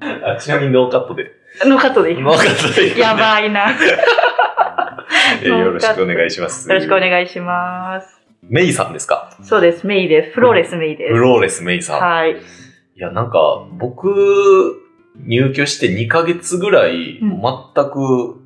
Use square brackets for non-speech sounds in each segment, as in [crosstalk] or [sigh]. あちなみにノーカットで。ノーカットでいいノーカットでいい、やばいな。よえーよろしくお願いします。ろしくおいし願いします。ます。メイさんですかそうです、メイです。フローレスメイですフ。ローレスメイさん。はい。いや、なんか、僕、入居して2ヶ月ぐらい、うん全く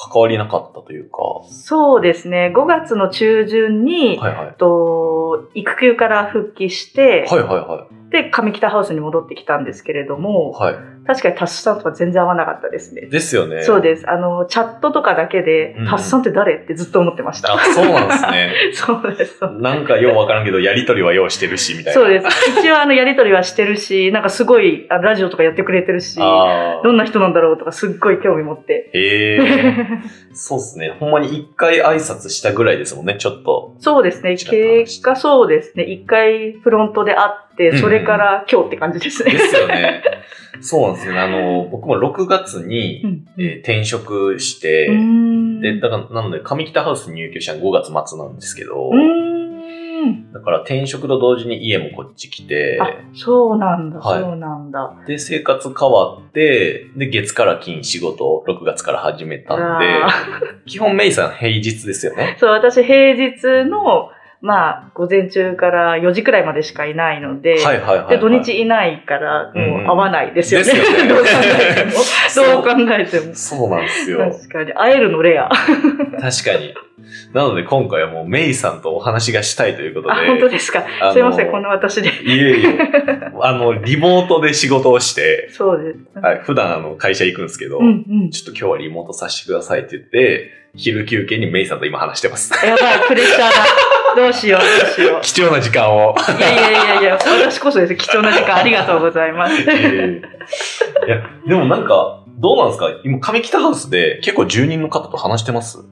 関わりなかったというか、そうですね、5月の中旬に、はいはい。えっと育休から復帰して、はいはで、上北ハウスに戻ってきたんですけれどいも、はい。は確かにタッシュさんとは全然合わなかったですねい。。ですよね。そうです。あの、チャットとかだけで、うんタッシュさんって誰ってずっと思ってました。あ、そうなんですね。 [laughs] そうです。そうですなんかようわからんけど、やりとりはようしてるし、みたいな。そうです。一応、あの、やりとりはしてるし、なんかすごい、あラジオとかやってくれてるし、どああ。んな人なんだろうとか、すっごい興味持って。へえ。そうですね。ほんまに一回挨拶したぐらいですもんね、ちょっと。 [laughs] そうですね。ちらっと話して結果そうですね。一回フロントで会っうんうて、んそれから今日って感じですでね。すよ [laughs] ね。そうなんですよね。あの、僕も6月に、うんえー転職して、うーんで、だから、なので、上北ハウスに入居したの5月末なんですけど、うーん。だから転職と同時に家もこっち来て、あ、そうなんだ、はいそうなんだ。で、生活変わって、で、月から金仕事を6月から始めたんであ、基本メイさん平日ですよね。そう、私平日の、まあ、午前中から4時くらいまでしかいないので、はいはいはい、はい。で、土日いないから、うんもう合わないですよね。ですよね [laughs] どう考えても。どう考えても。そうなんですよ。確かに。会えるのレア。あ、確かに。なので今回はもうメイさんとお話がしたいということで。本当ですか。あのすいません、こんな私で。いえいえ。あの、リモートで仕事をして、そうです。はい、普段あの会社行くんですけど、うんうん。ちょっと今日はリモートさせてくださいって言って、昼休憩にメイさんと今話して [laughs] ます。やばい、プレッシャーだ。どうしよう、どうしよ貴重な時間を。う。いやいやいやいや、私こそです。貴重な時間ありがとうございます。いや、でもなんか、どうなんですか今、上北ハウスで結構住人の方と話してます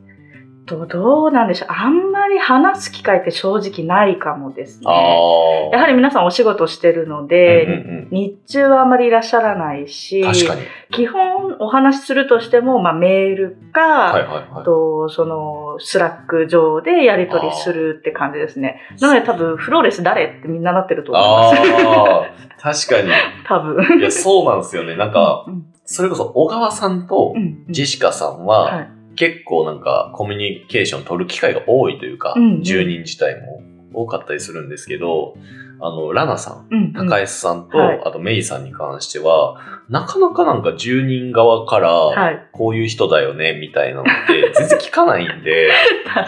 どどうなんでしょう。あんまり話す機会って正直ないかもですあね。やはり皆さんお仕事してるので、うんうん日中はあまりいらっしゃらないし、うん、確かに。基本お話しするとしても、まあ、メールか、はいはいあはとそのスラック上でやり取りするって感じですね。い。なので多分フローレス誰ってみんななってると思います。ああ、確かに。多分。いや、そうなんですよね。なんか、うんそれこそ小川さんとうんうんジェシカさんはは、い結構なんかコミュニケーション取る機会が多いというかうんう、ん住人自体も多かったりするんですけど、あの、ラナさん、うんうん高安さんと、はいあとメイさんに関しては、なかなかなんか住人側から、はい。こういう人だよね、みたいなの [laughs] って、全然聞かないんで、確か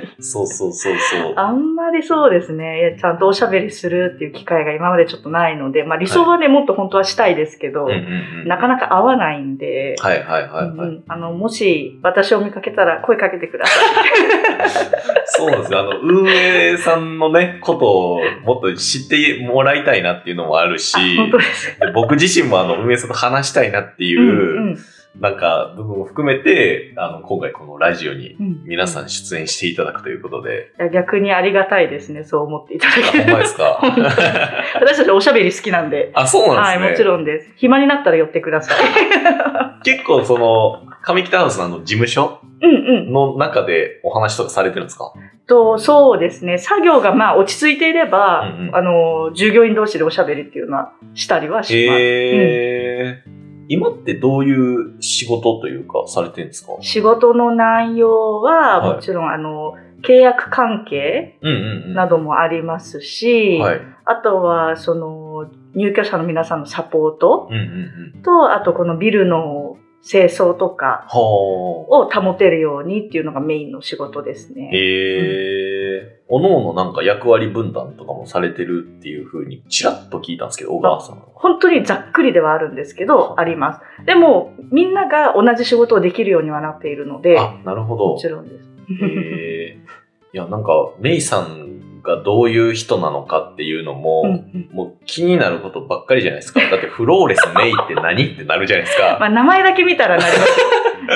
に。そうそうそうそう。あんまりそうですね。いやちゃんとおしゃべりするっていう機会が今までちょっとないので、まあ理想はね、もっと本当はしたいですけど、うんうんうんなかなか合わないんで、はいはいはいはい。うんうんあの、もし私を見かけたら声かけてください。そうなんですよ。あの、運営さんのね、ことをもっと知ってもらいたいなっていうのもあるし、あ本当です。で僕自身もあの、運営さんと話したいなっていう、うんなんか、部分を含めて、あの、今回このラジオにうん皆さん出演していただくということで、いや逆にありがたいですね、そう思っていただあけほんるま。ですか [laughs] 私たちおしゃべり好きなんで。あ、そうは、ないんですね。もちろんです。暇になったら寄ってください。結構その、上北ハウスさんの事務所うんうん。の中でお話とかされてるんですかと、そうですね。作業がまあ落ち着いていれば、うんうんあの、従業員同士でおしゃべりっていうのはしたりはします。へえ、今ってどういう仕事というか、されてるんですか仕事の内容はいは、もちろん、あの、契約関係うんうんうん。などもありますし、はい。あとは、その、入居者の皆さんのサポートうんうんうん。と、あとこのビルの清掃とかはを保てるようにっていうのがメインの仕事ですね。あ。へえ。おのおのなんか役割分担とかもされてるっていうふうに、ちらっと聞いたんですけど、小川さんは。本当にざっくりではあるんですけど、あります。でも、みんなが同じ仕事をできるようにはなっているので、あ、なるほども。ちろんです。へえ。いや、なんか、メイさんがどういう人なのかっていうのも、うんうんもう気になることばっかりじゃないですか。だってフローレスメイって何ってなるじゃないですか。 [laughs] まあ、名前だけ見たらなります。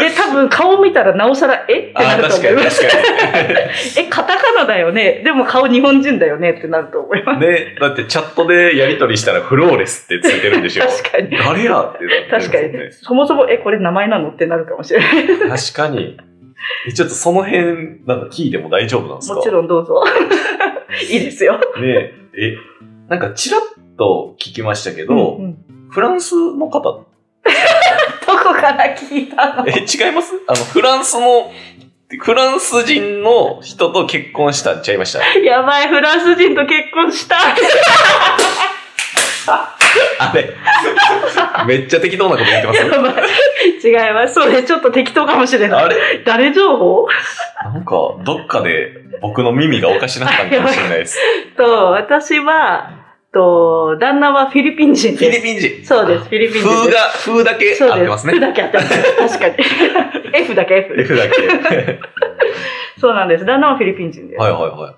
で、多分顔見たらなおさら、えってあなあー、ると確思かにい [laughs] ま確す。 [laughs] え、カタカナだよね。でも顔日本人だよねってなると思いま。かに。 [laughs] ね、だってチャットでやりとりしたらフローレスってついてるんですしょ。確かに。誰やってなって確るかんでに。そもそも、え、これ名前なのってなるかもしれない。すよね。確かに。えちょっとその辺、なんか聞いても大丈夫なんですかもちろんどうぞ。 [laughs] いいですよ。ねえ、えなんかちらっと聞きましたけど、うんうんフランスの方どこから聞いた [laughs] のえ、違いますあの、フランスの、フランス人の人と結婚したんちゃいました。やばい、フランス人と結婚した。 [laughs] あれめっちゃ適当なこと言ってますやばい。違います。それちょっと適当かもしれない。 [laughs] あれ誰情報なんか、どっかで僕の耳がおかしなったのかもしれないです。と、私は、と、旦那はフィリピン人フィリでピン人。す。そうです、フィリピン人風でが、風だけす。そう合っで。てますすふね。だけあってま [laughs] す。確かに。F だけ F。 F だ [laughs] け。そうなんです。旦那はフィリピン人です。はいはいは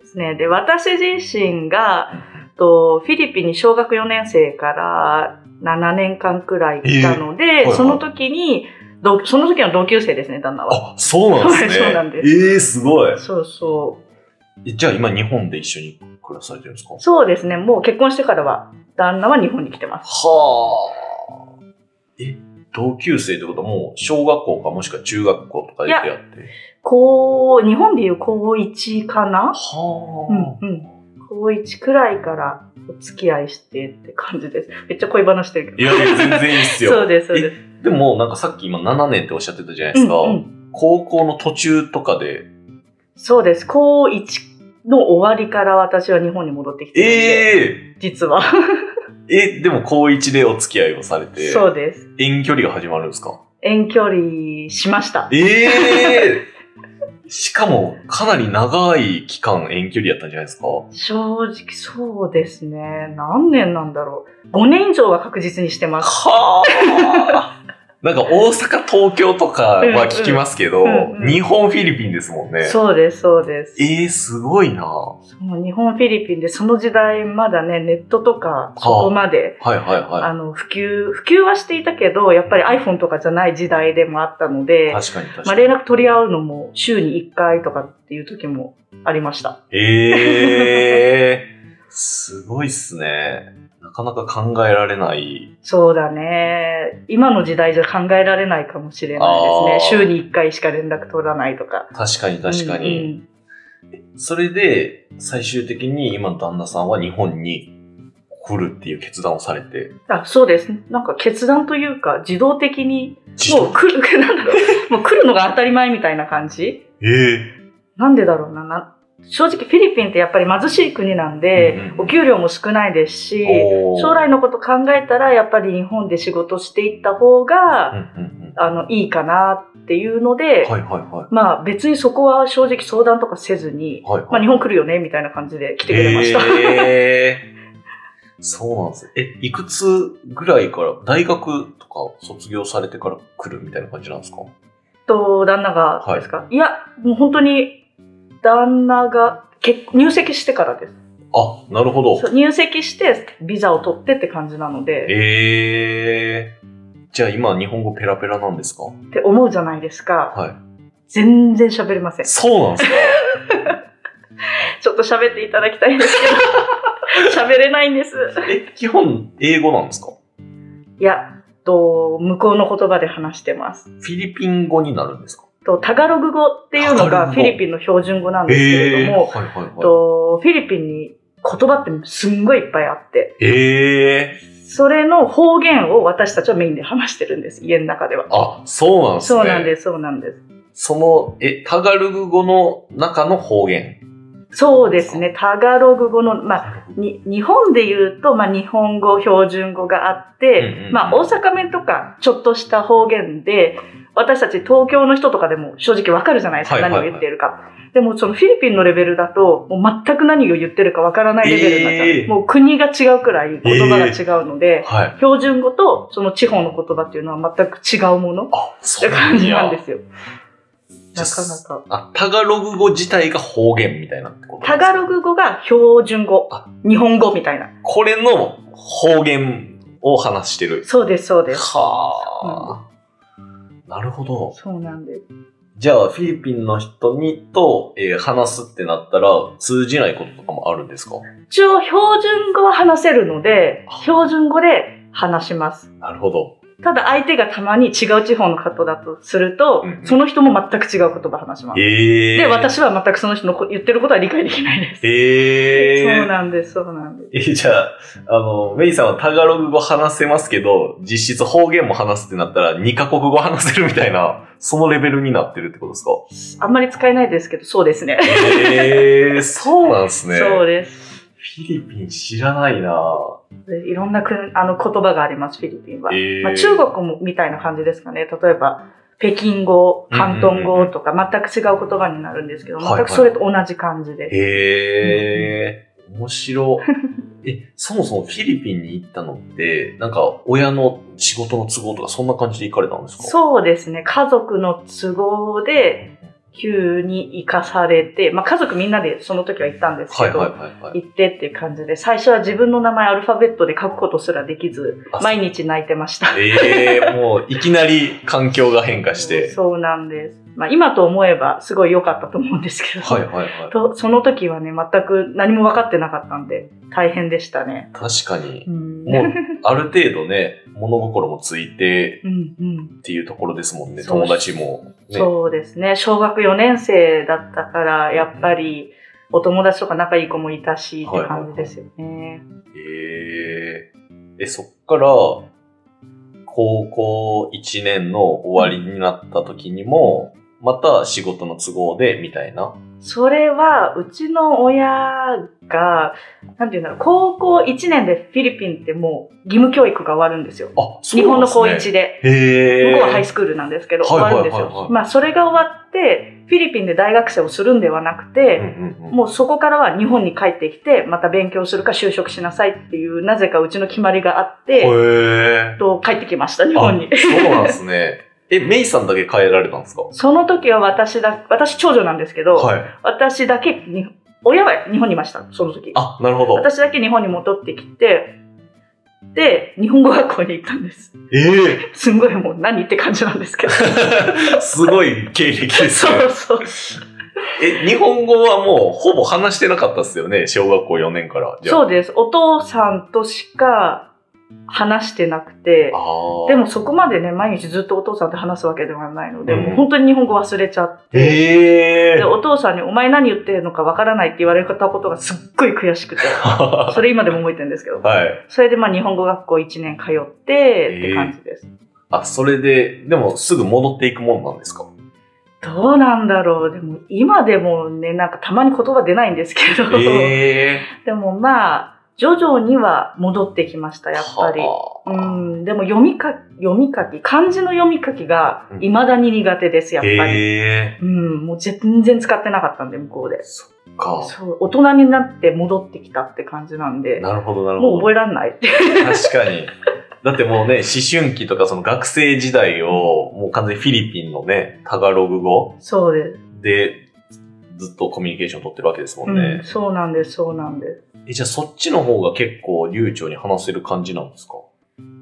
ですね。で、私自身が、とフィリピンに小学4年生から7年間くらいいたので、えはいその時に、同その時の同級生ですね、旦那は。い。あ、そうなんですね。はいそうなんでえー、すごい。そうそう。えじゃあ今日本で一緒に暮らされてるんですかそうですね、もう結婚してからは、旦那は日本に来てます。はあ。え、同級生ってことはもう小学校かもしくは中学校とかで出会って。高、日本でいう高1かなはうんうん。高1くらいからお付き合いしてって感じです。めっちゃ恋話してるいけど。や、全然いいっすよ。そうです、そうです。でもなんかさっき今7年っておっしゃってたじゃないですか。うんうん高校の途中とかで。そうです。高1の終わりから私は日本に戻ってきてるんで、ええ実は。え、でも高1でお付き合いをされて、そうです。遠距離が始まるんですか遠距離しました。ええ [laughs] しかもかなり長い期間遠距離やったんじゃないですか正直そうですね。何年なんだろう。5年以上は確実にしてます。はあなんか大阪、東京とかは聞きますけど、うんうんうん日本、フィリピンですもんね。そうです、そうです。ええすごいなはその日本、フィリピンでその時代まだね、ネットとかそこまで、いはいはあの、普及、普及はしていたけど、やっぱり iPhone とかじゃない時代でもあったのい。で、確かに確まかあ、に。連絡取り合うのも週に1回とかっていう時もありました。ええすごいっすね。なかなか考えられない。そうだね。今の時代じゃ考えられないかもしれないですあーね。週に1回しか連絡取らないとか。確かに確かに。うんうんそれで、最終的に今の旦那さんは日本に来るっていう決断をされて、あそうですね。なんか決断というか、自動的に、自も動う来る、なん [laughs] だろう、もう来るのが当たり前みたいな感じええなんでだろうな。な正直フィリピンってやっぱり貧しい国なんで、うんうんお給料も少ないですし、おー将来のこと考えたらやっぱり日本で仕事していった方が、うんうんあの、いいかなっていうので、うん。はいはいはい。まあ別にそこは正直相談とかせずに、はいはい、まあ日本来るよねみたいな感じで来てくれました。えーそうなんですね。え、いくつぐらいから、大学とか卒業されてから来るみたいな感じなんですかと旦那がはいですか、い、やもう本当に旦那が結入籍してからですあ、なるほどそ。う入籍してビザを取ってって感じなのでえー、じゃあ今日本語ペラペラなんですかって思うじゃないですかはい。全然喋れませんそうなんです [laughs] かちょっと喋っていただきたいんです [laughs] けど喋れないんですえ、基本英語なんですかいやと向こうの言葉で話してますフィリピン語になるんですかとタガログ語っていうのタガロがグフィ語リピンの標準語なんですけれどえー、も、はいはいはとフィリピンに言葉ってすんごいいっぱいあってい。えー、それの方言を私たちはメインで話してるんです、家の中では。あ、そうなんですね。そうなんです、そうなんです。す。その、え、タガルグ語の中の方言。そうですね、タガログ語の、まあ、に日本で言うと、まあ、日本語、標準語があって、うんうんまあ、大阪弁とかちょっとした方言で、私たち東京の人とかでも正直わかるじゃないですか、はいはいはい何を言っているか。でも、そのフィリピンのレベルだと、もう全く何を言ってるかわからないレベルになっちゃう。えーもう国が違うくらい言葉が違うので、はい。標準語とその地方の言葉っていうのは全く違うもの。あ、ってそう感じなんやですよ。じなゃかなか。あ、タガログ語自体が方言みたいなってことタガロググ語が標準語あ、日本語みたいな。これの方言を話してる。そうです、そうです。はあ。なるほど。そうなんです。じゃあ、フィリピンの人にと、えー話すってなったら、通じないこととかもあるんですか一応、標準語は話せるのであ、標準語で話します。なるほど。ただ相手がたまに違う地方の方だとすると、うんうんその人も全く違う言葉話します。ええー。で、。私は全くその人のこ言ってることは理解できないです。ええー。そうなんです、そうなんです。え、じゃあ、あの、メイさんはタガログ語話せますけど、実質方言も話すってなったら、2カ国語話せるみたいな、そのレベルになってるってことですかあんまり使えないですけど、そうですね。ええー、そうなんですね。そうです。フィリピン知らないなぁ。でいろんなくあの言葉があります、フィリピンは。えーまあ、中国もみたいな感じですかね。例えば、北京語、広東語とか、全く違う言葉になるんですけど、はいはい全くそれと同じ感じで。へえ、面白。え、そもそもフィリピンに行ったのって、なんか親の仕事の都合とかそんな感じで行かれたんですかそうですね。家族の都合で、急に行かされて、まあ、家族みんなでその時は行ったんですはけいど、はいはいはい。行ってっていう感じで、最初は自分の名前アルファベットで書くことすらできず、あ毎日泣いてました。ええもういきなり環境が変化して。そうなんです。まあ、今と思えばすごい良かったと思うんですけど、はいはいはい。とその時はね、全く何も分かってなかったんで、大変でしたね。確かに。うん。もう、ある程度ね、物心もついてうんうんっていうところですもんね、そう友達も、ね。そうですね。小学4年生だったから、やっぱり、お友達とか仲いい子もいたし、って感じですよね。えええ、そっから、高校1年の終わりになった時にも、また仕事の都合で、みたいな。それは、うちの親が、なんていうんだろう、高校1年でフィリピンってもう義務教育が終わるんですよ。あ、そう日本なのん高です1ね。で。へえ。向こうはハイスクールなんですけど、はいはい終はわいるはいんですよ。まあ、それが終わって、フィリピンで大学生をするんではなくて、うんうんうんもうそこからは日本に帰ってきて、また勉強するか就職しなさいっていう、なぜかうちの決まりがあって、へえ。と帰ってきました、日本にあ。そうなんですね。え、メイさんだけ変えられたんですか [laughs] その時は私だ、私長女なんですけど、はい。私だけに、親は日本にいました、その時。あ、なるほど。私だけ日本に戻ってきて、で、日本語学校に行ったんです。 [laughs] えすんごいもう何って感じなんですけ [laughs] ど。え [laughs] すごい経歴ですねそ。うそう。え、日本語はもうほぼ話してなかったっすよね、小学校4年から。じゃあそうです。お父さんとしか話してなくて、ああ。でもそこまでね、毎日ずっとお父さんと話すわけではないので、うんもう本当に日本語忘れちゃって、ええで、お父さんにお前何言ってるのかわからないって言われたことがすっごい悔 [laughs] しくて、 [laughs] はそれ今でも覚えてるんですけど、い。それでまあ日本語学校1年通ってって感じです。あ、それで、でもすぐ戻っていくもんなんですかどうなんだろうでも今でもね、なんかたまに言葉出ないんですけど、 [laughs] ええでもまあ、徐々には戻ってきました、やっぱり。はうあん、でも読みか読み書き、漢字の読み書きがうん未だに苦手です、やっぱり。ええうん、もう全然使ってなかったんで、向こうで。そっか。そう、大人になって戻ってきたって感じなんで、なるほど、なるもうほど。覚えらんないって。確かに。だってもうね、思春期とかその学生時代を、もう完全にフィリピンのね、タガログ語そうです、で、ずっとコミュニケーション取ってるわけですもんうんね。。そうなんです、そうなんです。え、じゃあそっちの方が結構流暢に話せる感じなんですか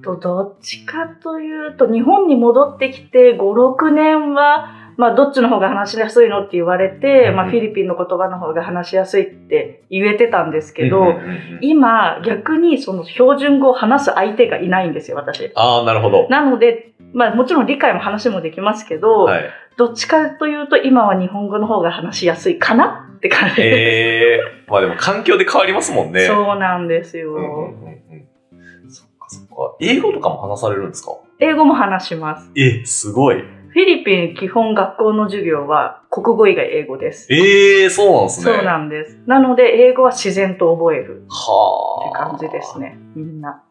と、どっちかというと、日本に戻ってきて5、6年は、まあ、どっちの方が話しやすいのって言われて、うんまあ、フィリピンの言葉の方が話しやすいって言えてたんですけど、うんうんうんうん今逆にその標準語を話す相手がいないんですよ私ああ、なるほど。なので、まあ、もちろん理解も話もできますけど、はい。どっちかというと今は日本語の方が話しやすいかなっ [laughs] て感じでええまあでも環境で変わりますもんす、ね。そうなんですよ、うんうんうんうん。そっかそっか。英語とかも話されるんですか英語も話しますえ、すごい。フィリピン基本学校の授業は国語以外英語ですええそうなんですね。そうなんですなので英語は自然と覚えるっはてあ。感じです。ねみんな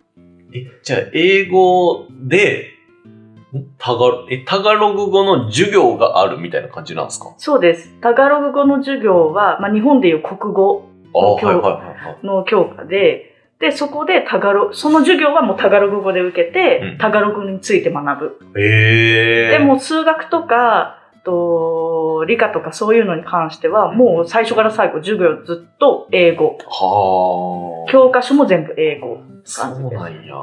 え、じゃあ英語で、んタガロえタガログ語の授業があるみたいな感じなんですかそうですタガログ語の授業は、まあ、日本でいう国語ああ、のはい教はいはいはい。の教科で、で、そこでタガロ、その授業はもうタガログ語で受けてうん、タガログについて学ぶ。ええで、もう数学とか、と理科とかそういうのに関しては、もう最初から最後、授業ずっと英語。はあ。教科書も全部英語。そうなんや。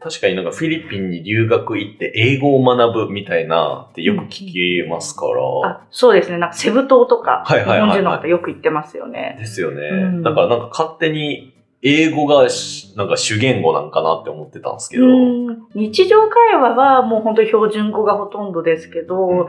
確かになんかフィリピンに留学行って英語を学ぶみたいなってよく聞きますから。あそうですね。なんかセブ島とか、はいはいはいはい日本人の方よく行ってますよね。ですよね、うんだからなんか勝手に英語がしなんか主言語なんかなって思ってたんですけど。うん日常会話はもう本当に標準語がほとんどですけうど、んうんうん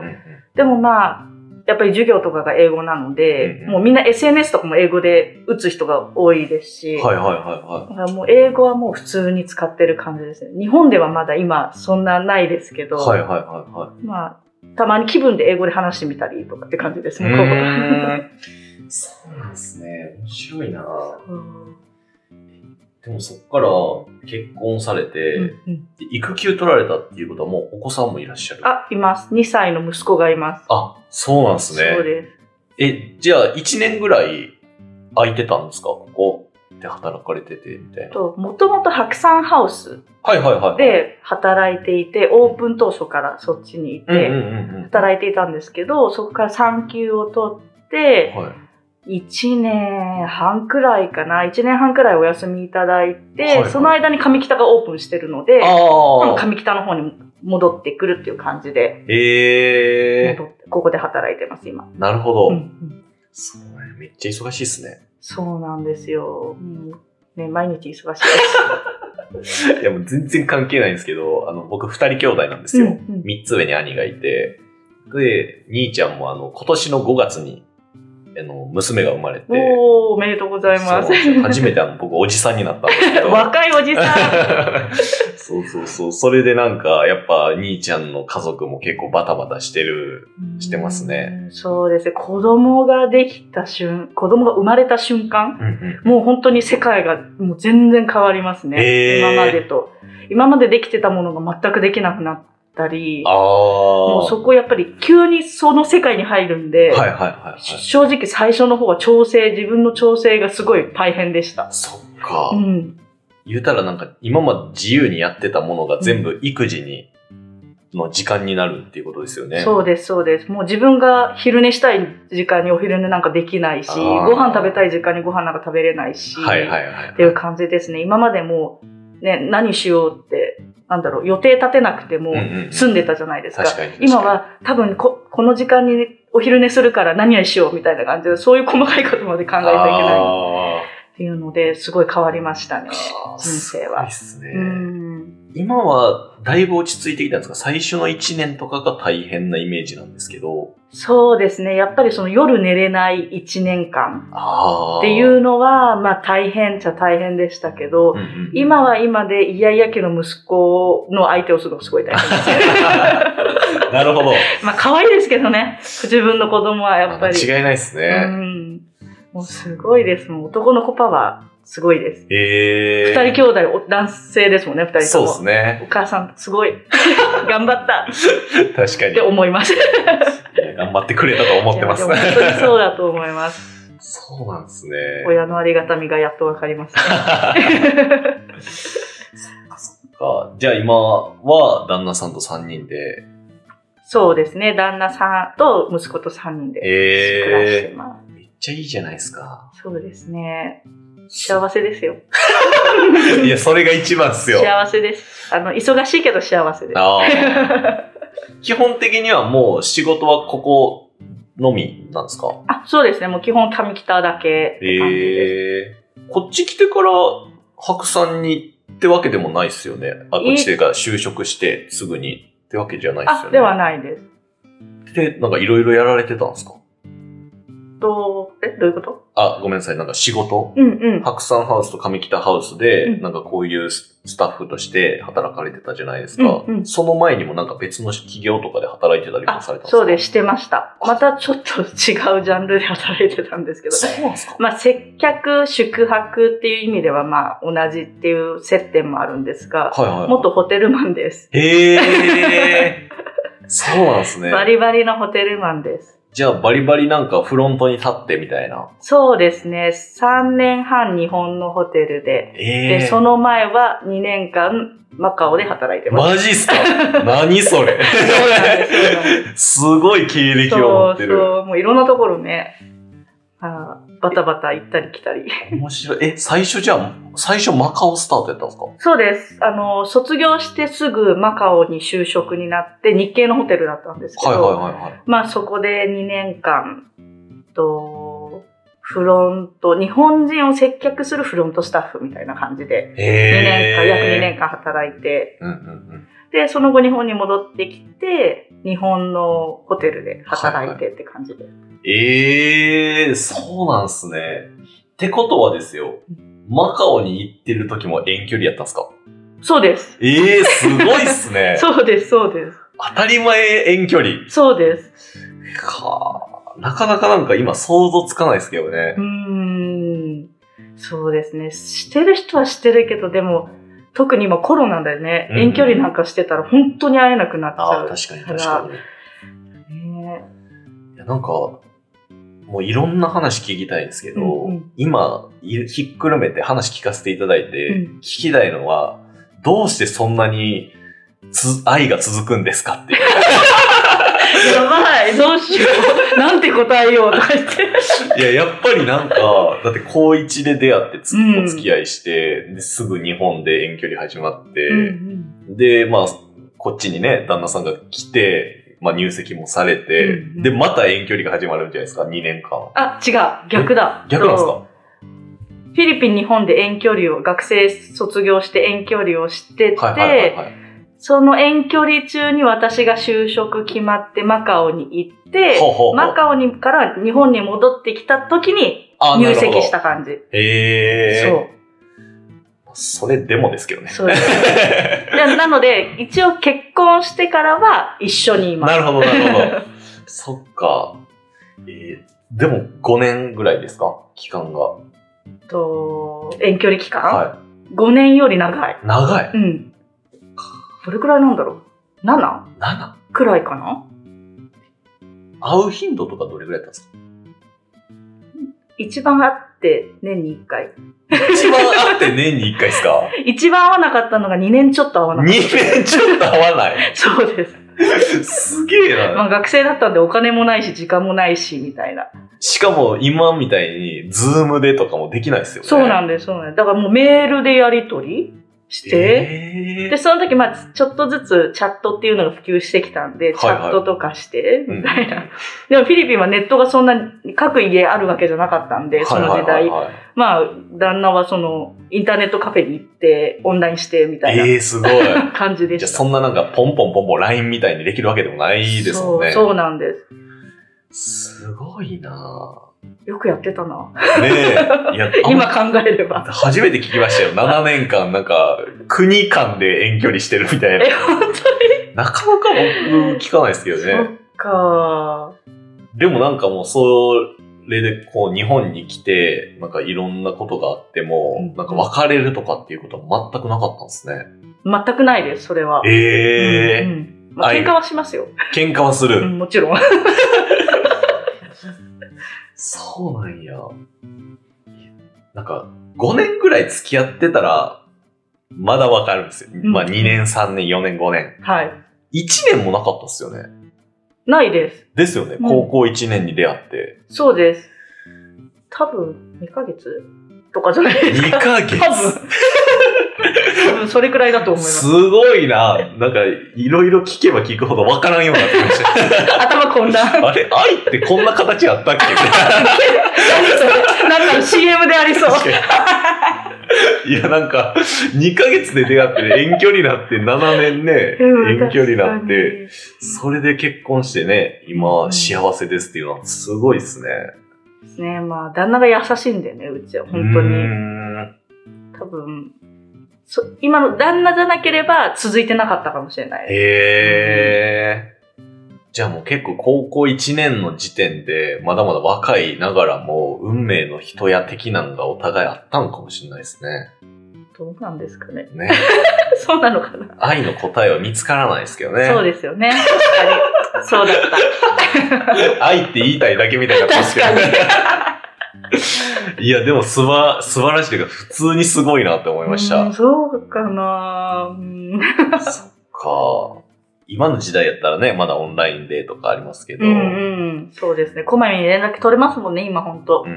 でもまあ、やっぱり授業とかが英語なのうんで、うんもうみんな SNS とかも英語で打つ人が多いですし、はいはいはだからもう英語はもう普通に使ってる感じですね。日本ではまだ今そんなないですけいど、はい。はいはいはいはい。まあ、たまに気分で英語で話してみたりとかって感じですうね、ここーんそうなんですね。面白いなうんでもそっから結婚されうて、んうんで育休取られたっていうことはもうお子さんもいらっしゃる。あ、います。2歳の息子がいます。あ、そうなんですそうね。です。え、じゃあ1年ぐらい空いてたんですかここで働かれててみたいな。と、もともと白山ハウスはいはいはい。、で働いていて、オープン当初からそっちにいて、うんうんうん働いていたんですけど、そこから産休を取って、うん。はい。 1年半くらいかな、1年半くらいお休みいただいて、はいはいその間に上北がオープンしてるので、今度ああ。上北の方に戻ってくるっていう感じで、ええ戻ってここで働いてます、今。ー、なるほど。うんうんそうね。めっちゃ忙しいですね。そうなんですよ。うんね、毎日忙しいです。いやもう全然関係ないんですけど、あの、僕二人兄弟なんですよ。うんうん三つ上に兄がいて、で、兄ちゃんもあの、今年の5月に、あの、娘が生まれて、おー、おめでとうございそうなまんすで。よ初めてあの、僕おじさんになったんですけ [laughs] ど。若いおじさそうそうそう。それでなんか、やっぱ兄ちゃんの家族も結構バタバタしてる。[laughs] ん。してますねうん。そうですね。子供ができた瞬、子供が生まれた瞬間、もう本当に世界がもう全然変わりますね。へー今までと。今までできてたものが全くできなくなったり、ああ。もうそこやっぱり急にその世界に入るんで、はいはいはいはい。し正直最初の方は調整、自分の調整がすごい大変でした。そっか。うん。言うたらなんか、今まで自由にやってたものが全部育児に、の時間になるっていうことですよね。そうです、そうです。もう自分が昼寝したい時間にお昼寝なんかできないし、あーご飯食べたい時間にご飯なんか食べれないし、はいはいはい。っていう感じですね。今までもう、ね、何しようって、なんだろう、予定立てなくてもうんうんうん住んでたじゃないですか。確かに確かに今は多分こ、この時間にお昼寝するから何をしようみたいな感じで、そういう細かいことまで考えていけないあっていうので、すごい変わりましたねー。人生すごいはっ。すね。うん今はだいぶ落ち着いてきたんですか最初の1年とかが大変なイメージなんですけど。そうですね。やっぱりその夜寝れない1年間ああ。っていうのは、まあ大変っちゃ大変でしたけど、うんうん、今は今でイヤイヤ期の息子の相手をするのがすごい大変です。 [laughs] なるほど。まあ可愛いです [laughs] けどね。自分の子供はやっぱり。間違いないですうね。ん。もうすごいです。もう男の子パワー、すごいです。ええ二人兄弟、お男性ですもんね、二人そとうも。ですね。お母さん、すごい。 [laughs] 頑張ったっ確かに。て思います。いや頑張ってくれたと思ってます。いやでも本当にそうだと思います。そうなんですね。 [laughs] 親のありがたみがやっとわかります、かじゃあ今は旦那さんと3人で。そうですね。旦那さんと息子と三人で暮らしてええます。めっちゃいいじゃないですか。そうですね。幸せですよ。 [laughs] いや、それが一番っすよ。幸せです。あの、忙しいけど幸せです。あー [laughs] 基本的にはもう仕事はここのみなんですかあ、そうですね。もう基本上北だけって感じです。えー、こっち来てから白山にってわけでもないっすよね。あ、こっちでか就職してすぐにってわけじゃないっすよね。あ、ではないです。で、なんかいろいろやられてたんですかと、え、どういうことあ、ごめんなさい。なんか仕事うんうん。白山ハウスと上北ハウスで、うんなんかこういうススタッフとして働かれてたじゃないですか。うんうんその前にもなんか別の企業とかで働いてたりもあ、されたんですかそうです。してました。またちょっと違うジャンルで働いてたんですけど。そうなんですかまあ、接客、宿泊っていう意味では、まあ、同じっていう接点もあるんですが、はいはいはい。元ホテルマンです。へえ。そうなんですね。バリバリのホテルマンです。じゃあバリバリなんかフロントに立ってみたいな。そうですね。3年半日本のホテルで、えで、その前は2年間マカオで働いてます。マジっす [laughs] か何それそうなんですそうなんですすごい経歴を持そっうてる。そう、もういろんなところね、あーバタバタ行ったり来たり。面白い。え、最初じゃあ、最初マカオスタートやったんですかそうです。あの、卒業してすぐマカオに就職になって日系のホテルだったんですけど、はいはいはいはい。まあそこで2年間、と、フロント、日本人を接客するフロントスタッフみたいな感じで、2年間、約2年間働いて、うんうんで、その後日本に戻ってきて、日本のホテルで働いてって感じで。うん。ええー、そうなんすね。ってことはですよ、マカオに行ってる時も遠距離やったんすかそうです。ええー、すごいっすね。 [laughs] そうです、そうです。当たり前遠距離。そうです。かなかなかなんか今想像つかないですけどねう。ーん。そうですね。してる人はしてるけど、でも、特に今コロナでね、うん遠距離なんかしてたら本当に会えなくなっちあゃあ、う。確かに確かに。ねいやなんか、もういろんな話聞きたいんですけど、うんうん今、いひっくるめて話聞かせていただいて、うん聞きたいのは、どうしてそんなにつ愛が続くんですかっていう。やばい、どうしよう。なんて答えようとか言って。いや、やっぱり [laughs] なんか、だって高1で出会ってつ、うんお付き合いして、ですぐ日本で遠距離始まって、うんで、まあ、こっちにね、旦那さんが来て、まあ入籍もされて、うんうんで、また遠距離が始まるんじゃないですか、2年間。あ、違う、逆だ。逆なんですそうかフィリピン、日本で遠距離を、学生卒業して遠距離をしてて、はいはいはいはい。その遠距離中に私が就職決まってマカオに行って、ほうほうほうマカオにから日本に戻ってきた時にあ入籍し。なるた感じ。ほどへえ。そう。それでもですけどね。そうです [laughs] でなので、一応結婚してからは一緒にいます。なるほど、なるほど。 [laughs] そっか。えー、でも5年ぐらいですか期間が。と遠距離期間、は5年より長い。い。長い。うん。どれくらいなんだろう ?7 7? くらいかな会う頻度とかどれぐらいだったんですか一番あって年に1回。一番会って年に1回です [laughs] か一番合わなかったのが2年ちょっと合わな ?2 かっ年ちょっと会わない。た。そうです。すげえまな。あ学生だったんでお金もないし時間もないしみたいな。しかも今みたいに、ズームでとかもできないですよね。そうなんんです、そうなんです。だからもうメールでやり取りして、えで、その時まあちょっとずつチャットっていうのが普及してきたんはで、いチャットとかして、うんみたいな。でもフィリピンはネットがそんなに各家あるわけじゃなかったんで、その時はい代。はいはいはいまあ、旦那はそのインターネットカフェに行って、オンラインしてみたいなええー、すごい。感じでじゃあした。そんななんかポンポンポンポン LINE みたいにできるわけでもないですもんね。そうそうなんです。すごいなよくやってたな。、ぁねえ。いや [laughs] 今考えれば。あん初めて聞きましたよ。7年間なんか、国間で遠距離してるみたいな。え、本なかなか僕聞かないですけ当どそね。っか。でもなんかもうそれでこう日本に来て、なんかいろんなことがあっても、うんなんか別れるとかっていうことは全くなかったんですね。全くないです、それは。ええうんうんまあ、愛喧嘩はしますよ。喧嘩はする。うんもちろん。 [laughs] そうなんや。なんか、5年ぐらい付き合ってたら、まだわかるんですよ。んまあ、2年、3年、4年、5年。はい。 1年もなかったっすよね。ないです。ですよね。うん高校1年に出会って。そうです。多分、2ヶ月とかじゃないです2か。ヶ月。[laughs] 多分。多分、それくらいだと思いますす。ごいな。なんか、いろいろ聞けば聞くほどわからんようになってきま [laughs] した。頭混乱。あれ、愛ってこんな形あったっけ何それなんか CM でありそう。確かにいや、なんか、2ヶ月で出会って遠距離になって、7年ね、うん遠距離になって。。確それで結婚してね、う今、ん幸せですっていうのはすごいですね。かにですね。まあ、旦那が優しいんだよね、うちは。本当うーに。ん多分、そ今の旦那じゃなければ続いてなかったかもしれない。へえ。じゃあもう結構高校1年の時点で、まだまだ若いながらも、運命の人や的なんがお互いあったのかもしれないですね。どうなんですかね。 [laughs] ね。そうなのかな。愛の答えは見つからないですけどね。そうですよね。確かに。そうだった。愛って言いたいだけみたいになってますけど。確いや、でもすば、素晴らしいというか、普通にすごいなって思いました。うんそうかなうんそっか。今の時代やったらね、まだオンラインでとかありますけど。ううんうんんうん。そうですね。こまめに連絡取れますもんね、今本当うんうんうん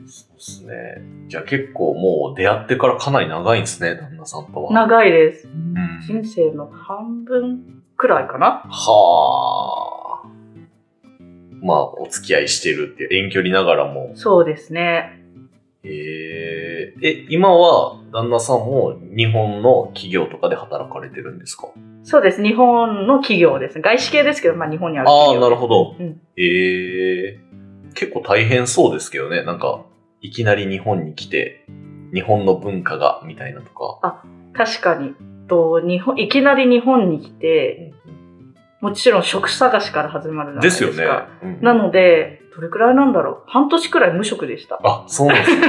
うん。そうですね。じゃあ結構もう出会ってからかなり長いんですね、旦那さんとは。長いです。ん人生の半分くらいかな。はあ。まあ、お付き合いしてるっていう、遠距離ながらも。そうですね。えー、え、今は、旦那さんも日本の企業とかで働かれてるんですかそうです。日本の企業です。外資系ですけど、まあ日本にあるあ企あ、業。なるほど。うんえー、結構大変そうですけどね。なんか、いきなり日本に来て、日本の文化が、みたいなとか。確かに。と日本いきなり日本に来て、もちろん職探しから始まるじゃないでですすよか。ね。うんなので、どれくらいなんだろう。半年くらい無職でした。あ、そうなんですね。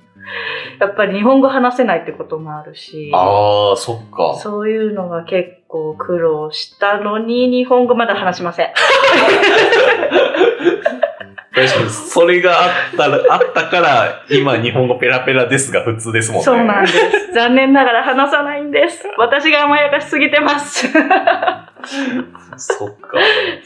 [laughs] やっぱり日本語話せないってこともあるし、ああ、そっか。そういうのが結構苦労したのに、日本語まだ話しません。確かに、それがあったら、あったから、今日本語ペラペラですが普通ですもんね。そうなんです。残念ながら話さないんです。私が甘やかしすぎてます。 [laughs] そっか。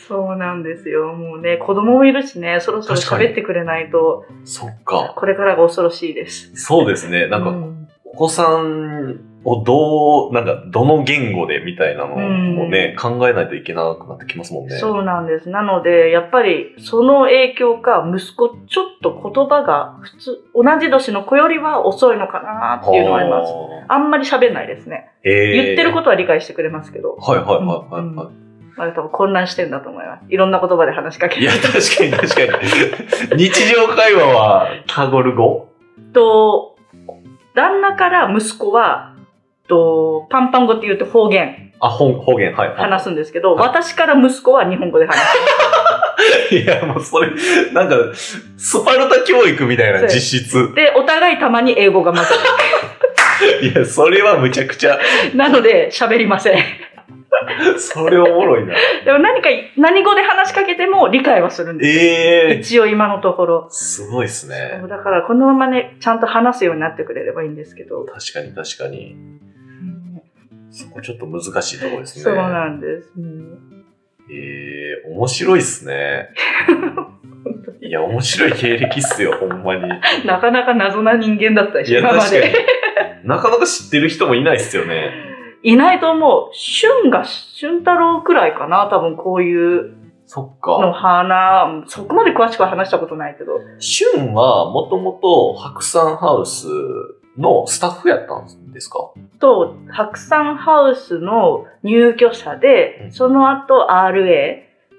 そうなんですよ。もうね、子供もいるしね、そろそろ確かに喋ってくれないと、そっか。これからが恐ろしいです。そうですね。なんうか、んお子さんをどう、なんか、どの言語でみたいなのもね、考えないといけなくなってきますもんね。そうなんです。なので、やっぱり、その影響か、息子、ちょっと言葉が、普通、同じ年の子よりは遅いのかなっていうのはあります。はああんまり喋んないですね。えー言ってることは理解してくれますけど、はいはいはいはい、はまあ、多分混乱してんだと思います。いろんな言葉で話しかけい。いや、る確かに確かに。 [laughs] 日常会話はタゴル語と、旦那から息子は、とパンパン語って言うと方言あ、方方言、はい。話すんですけど、はい私から息子は日本語で話す。いや、もうそれ、なんか、スパルタ教育みたいな実質。で、お互いたまに英語が混ざ [laughs] いや、それはむちゃくちゃ、る。なので、喋りません。それおもろいな。でも何か、何語で話しかけても理解はするんです。ええ一応今のところ。すごいですね。だから、このままね、ちゃんと話すようになってくれればいいんですけど。確かに確かに。そこちょっと難しいところですね。そうなんです。うんええ面白いっす [laughs] ね。いや、面白い経歴っすよ、ほんまに。なかなか謎な人間だったで [laughs] いしや、ょ、今ま確かにで。。なかなか知ってる人もいないっすよね。いないと思う。俊が、俊太郎くらいかな、多分こういうそっのか。花、そこまで詳しくは話したことないけど。シュンはもともと白山ハウスのスタッフやったんですかと、白山ハウスの入居者で、うんその後 RA、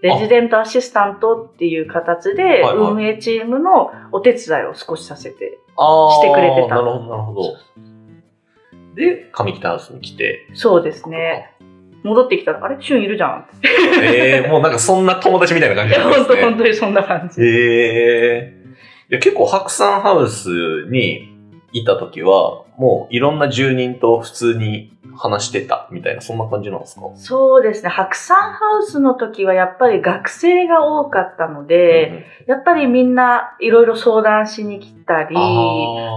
レジデントアシスタントっていう形で、はいはい運営チームのお手伝いを少しさせて。あーしてくれてたなるほど、なるほど。で、上北ハウスに来 [laughs] て。そうですね。戻ってきたら、あれ俊いるじゃんって。えー、もうなんかそんな友達みたいな感じなんで本す当本ね。当にそんな感じ。えー。いや、結構白山ハウスにいた時は、もういろんな住人と普通に話してたみたいな、そんな感じなんですか、そうですね。白山ハウスの時はやっぱり学生が多かったので、やっぱりみんないろいろ相談しに来たり、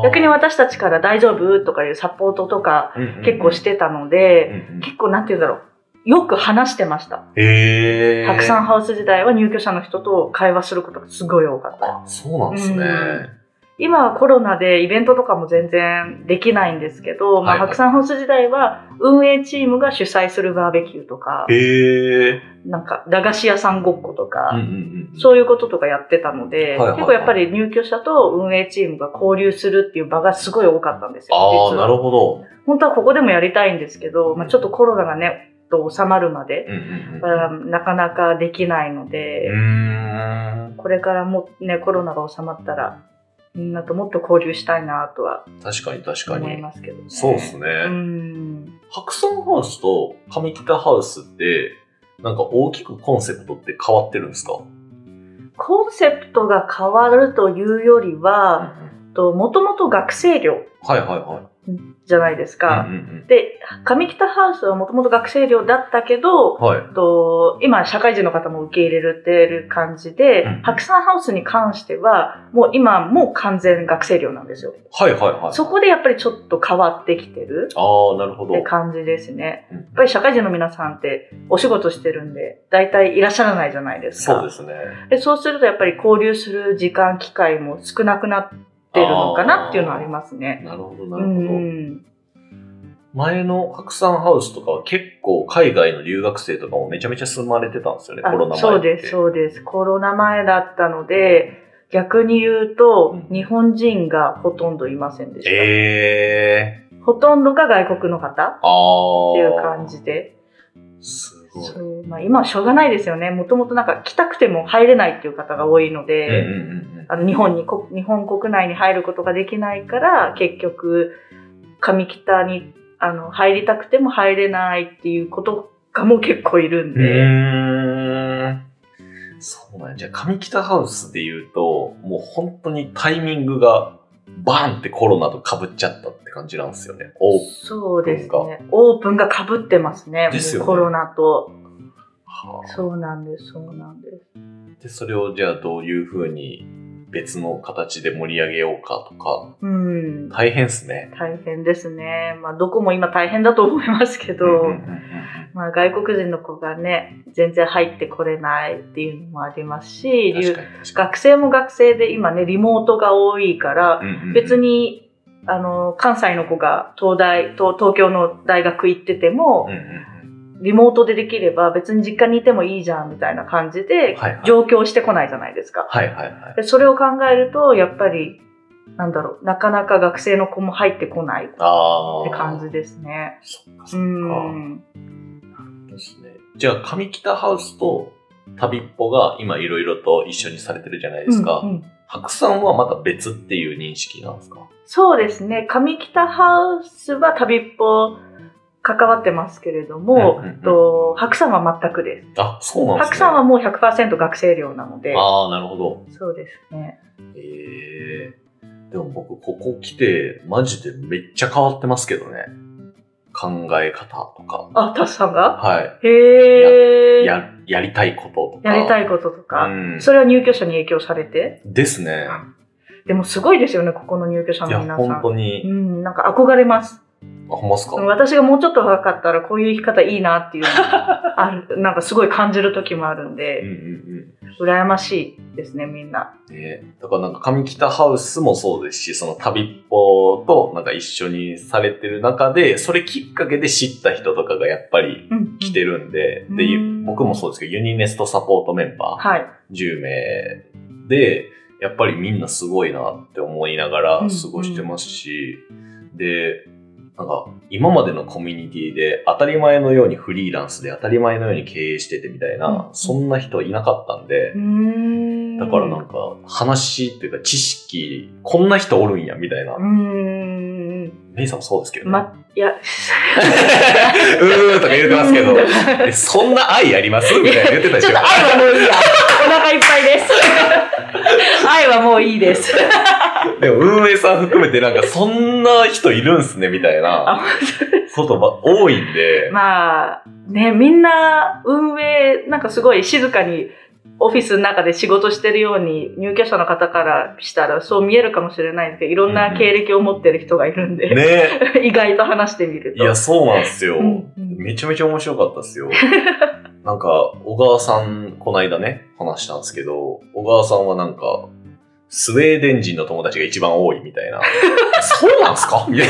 逆に私たちから大丈夫とかいうサポートとか結構しててたので、うんうん結構なんて言うんだろう。よく話してました。へえ。白山ハウス時代は入居者の人と会話することがすごい多かった。あ、そうなんですね。うん今はコロナでイベントとかも全然できないんですけど、はまあ、いはい白山ハウス時代は運営チームが主催するバーベキューとか、へえ。なんか駄菓子屋さんごっことうんか、うんうん。そういうこととかやってたのはいはで、いはい結構やっぱり入居者と運営チームが交流するっていう場がすごい多かったんですよ。ああ、実なはるほど。本当はここでもやりたいんですけど、まあ、ちょっとコロナがね、と収まるまで、うんうんうん。うんなかなかできないので、うーんこれからもね、コロナが収まったら、みんなともっと交流したいなとは確かに確か思いに。ますけどね。そうですね。うん。白山ハウスと上北ハウスって、なんか大きくコンセプトって変わってるんですかコンセプトが変わるというよりうんうは、んともともと学生寮はいはいはじゃないですい。か。うんうんで、上北ハウスはもともと学生寮だったけど、うんはい。と今、社会人の方も受け入れられてる感じで、うん白山ハウスに関しては、もう今、もう完全学生寮なんですよ。はいはいはい。そこでやっぱりちょっと変わってきてるああ、なるほっど。て感じですね。うんやっぱり社会人の皆さんってお仕事してるんで、大体いらっしゃらないじゃないですか。そうですね。でそうするとやっぱり交流する時間、機会も少なくなってるのかなっていうのはありますね。なるほどなうるほど。ん。前の白山ハウスとかは結構海外の留学生とかもめちゃめちゃ住まれてたんですよね、コロナ前って。そうです、そうです。コロナ前だったので、逆に言うと、うん日本人がほとんどいませんでした。ええほとんどが外国の方ー、あっあ。ていう感。じで。すごい。うそうまあ、今はしょうがないですよね。もともとなんか来たくても入れないっていう方が多いので、んうんうんあの日本にこ、日本国内に入ることができないから、結局、上北にあの入りたくても入れないっていうことがもう結構いるんうで、ん。うーん。そうなんやじゃあ、上北ハウスで言うと、もう本当にタイミングがバーンってコロナと被っちゃったって感じなんですよね。おそうですね。オープンが被ってますね、ですよねもうコロナと。はあそうなんです、そうなんです。で、それをじゃあどういう風に別の形で盛り上げようかとか、うん。大変っすね。大変ですね。まあ、どこも今大変だと思いますけど、んんんんまあ、外国人の子がね、全然入ってこれないっていうのもありますし、留確かに確か学生も学生で今ね、リモートが多いから、にうんうんうん。別に、あの、関西の子が東大、東東京の大学行っててうんうも、んうん、リモートでできれば別に実家にいてもいいじゃんみたいな感じで、はいはい上京してこないじゃないですか。はいはいはい。でそれを考えると、やっぱり、なんだろう、なかなか学生の子も入ってこないっああ。て感じですね。そっかうそっか。ん。ですね。じゃあ、上北ハウスと旅っぽが今いろいろと一緒にされてるじゃないですか。うんうん白山はまた別っていう認識なんですかそうですね。上北ハウスは旅っぽ関わってますけれども、うんうんうんと白山は全くです。あ、そうなんですね。白山はもう100%学生寮なので、ああ、なるほど。そうですね。ええでも僕、ここ来て、マジでめっちゃ変わってますけどね。考え方とか。あ、タスさんがはへい。え。や、やりたいこととか。やりたいいこととか、うん。それは入居者に影響されてですね。でもすごいですよね、ここの入居者いのや、皆さ本ん。当うに。ん、なんか憧れます。あ、ほんまっすか私がもうちょっと若かったらこういう生き方いいなっていう [laughs] のがある、なんかすごい感じる時もあるんうんうで、んうん。羨ましいですね、みんな。ね、だからなんか上北ハウスもそうですし、その旅っぽとなんか一緒にされてる中で、それきっかけで知った人とかがやっぱりうん。来てるんで、うんでうゆん僕もそうですけど、ユニネストサポートメンバー。はい。 10名で、やっぱりみんなすごいなって思いながらうん過ごしてますし、で、なんか今までのコミュニティで当たり前のようにフリーランスで当たり前のように経営しててみたいな、うんそんな人いなかったんでう、ん。だからなんか話っていうか知識、こんな人おるんやみたいなう。ーん。メイさんもそうですけど、ね。ま、いや、うーとか言ってますけど [laughs] うん、えそんな愛ありますみたいな言ってたで [laughs] ちょしっょと。愛はもういいや。お腹いっぱい [laughs] です。愛はもういいです。でも運営さん含めてなんかそんな人いるんすねみたいなあ本ことば多いんで、まあ、ね、みんな運営、なんかすごい静かに、オフィスの中で仕事してるように入居者の方からしたらそう見えるかもしれないんですけど、いろんな経歴を持ってる人がいるんで、ね意外と話してみるいと。やそうなんですよ、うんうんめちゃめちゃ面白かったですよなんか小川さんこないだね話したんですけど小川さんはなんかスウェーデン人の友達が一番多いみ [laughs] たいなそうなんすかみたい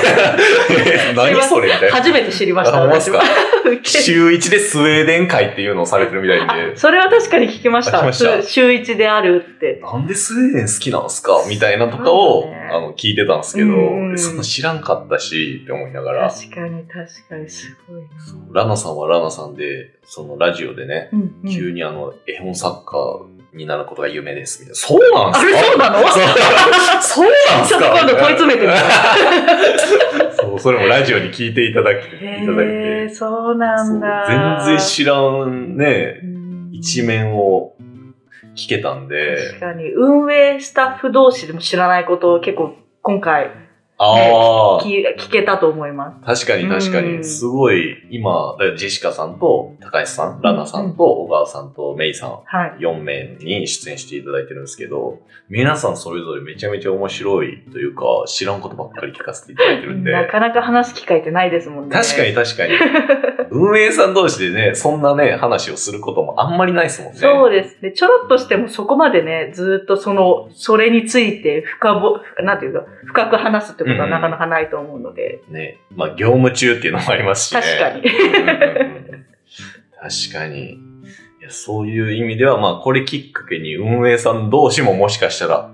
な何それみたいな初めて知りました。あほんまっすか私 [laughs] はウケる週1でスウェーデン会っていうのをされてるみたいあでそれは確かに聞きまし聞きた。ました週週一であるって。なんでスウェーデン好きなんすかみたいなとかを、そうだねあの聞いてたんですけど、うんうんでそんな知らんかったしって思いながら、確かに確かにすごいな。ラナさんはラナさんで、そのラジオでね、うんうん急にあの絵本作家になることが夢ですみたいな。そうなんすかあれそうなの [laughs] そうそうなんすちょかっと今度問い詰めてみよ [laughs] る。 [laughs] そう、それもラジオに聞いていただきいただいへえ、て。そうなんだ。そう全然知らんね、うん一面を聞けたん確で。かに、運営スタッフ同士でも知らないことを結構今回ああ。聞聞けたと思いま確かに確かうんに。すごい、今、だからジェシカさんと、高橋さん、ラナさんと、小川さんと、メイさんす。はい。 4名に出演していただいてるんですけど、皆さんそれぞれめちゃめちゃ面白いというか、知らんことばっかり聞かせていただいてるんで。なかなか話す機会ってないですもんね。確かに。確か [laughs] に。運営さん同士でね、そんなね、話をすることもあんまりないですもんね。そうですね。ちょろっとしてもそこまでね、ずーっとその、それについて深ぼ、なんていうか、深く話すってこことはなかなかないと思うので、ね。まあ、業務中っていうのもありますしね。確かに。うんうんうん確かに。いやそういう意味では、まあ、これきっかけに運営さん同士ももしかしたら、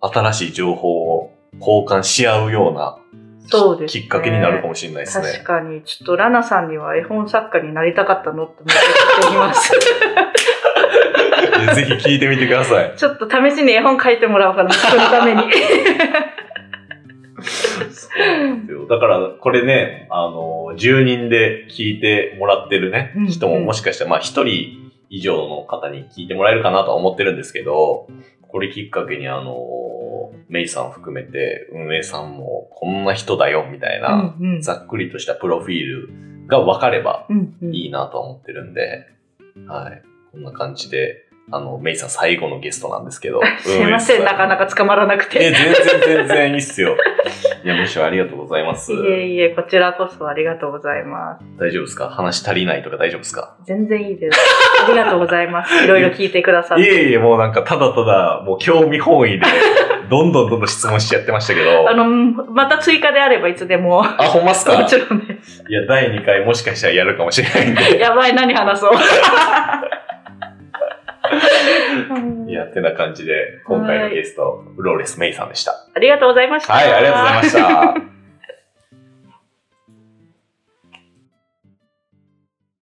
新しい情報を交換し合うようなそうです、ね。きっかけになるかもしれないです確ね。かに、ちょっとラナさんには絵本作家になりたかったのって思っております。 [laughs] いやぜひ聞いてみてください。ちょっと試しに絵本書いてもらおうかな、そのた [laughs] めに。だから、これね、あの、10人で聞いてもらってるねうん、人ももしかしたら、まあ、1人以上の方に聞いてもらえるかなとは思ってるんですけど、これきっかけに、あの、メイさん含めて、運営さんも、こんな人だよ、みたいな、うんうんざっくりとしたプロフィールが分かればうんうんいいなとは思ってるんで、はい。こんな感じで、あの、メイさん最後のゲストなんですけど。 [laughs] すいませ運ん、営さなかなか捕まらなくえ、て。全然全然いいっすよ。いや、むしろありがとうございますい。えいえ、こちらこそありがとうございます。大丈夫ですか話足りないとか大丈夫ですか全然いいです。ありがとうございます。いろいろ聞いてくださっいて。えいえ、もうなんかただただ、もう興味本位 [laughs] で、どんどんどんどん質問しちゃってましたけど。あの、また追加であればいつでも。あ、ほんまっすかもちろんね。いや、第2回もしかしたらやるかもしれないん [laughs] で。やばい、何話そう。いや、てな感じで、今回のゲスト、フローレスメイさんでした。 [laughs] ありがとうございました。はい、ありがとうございました。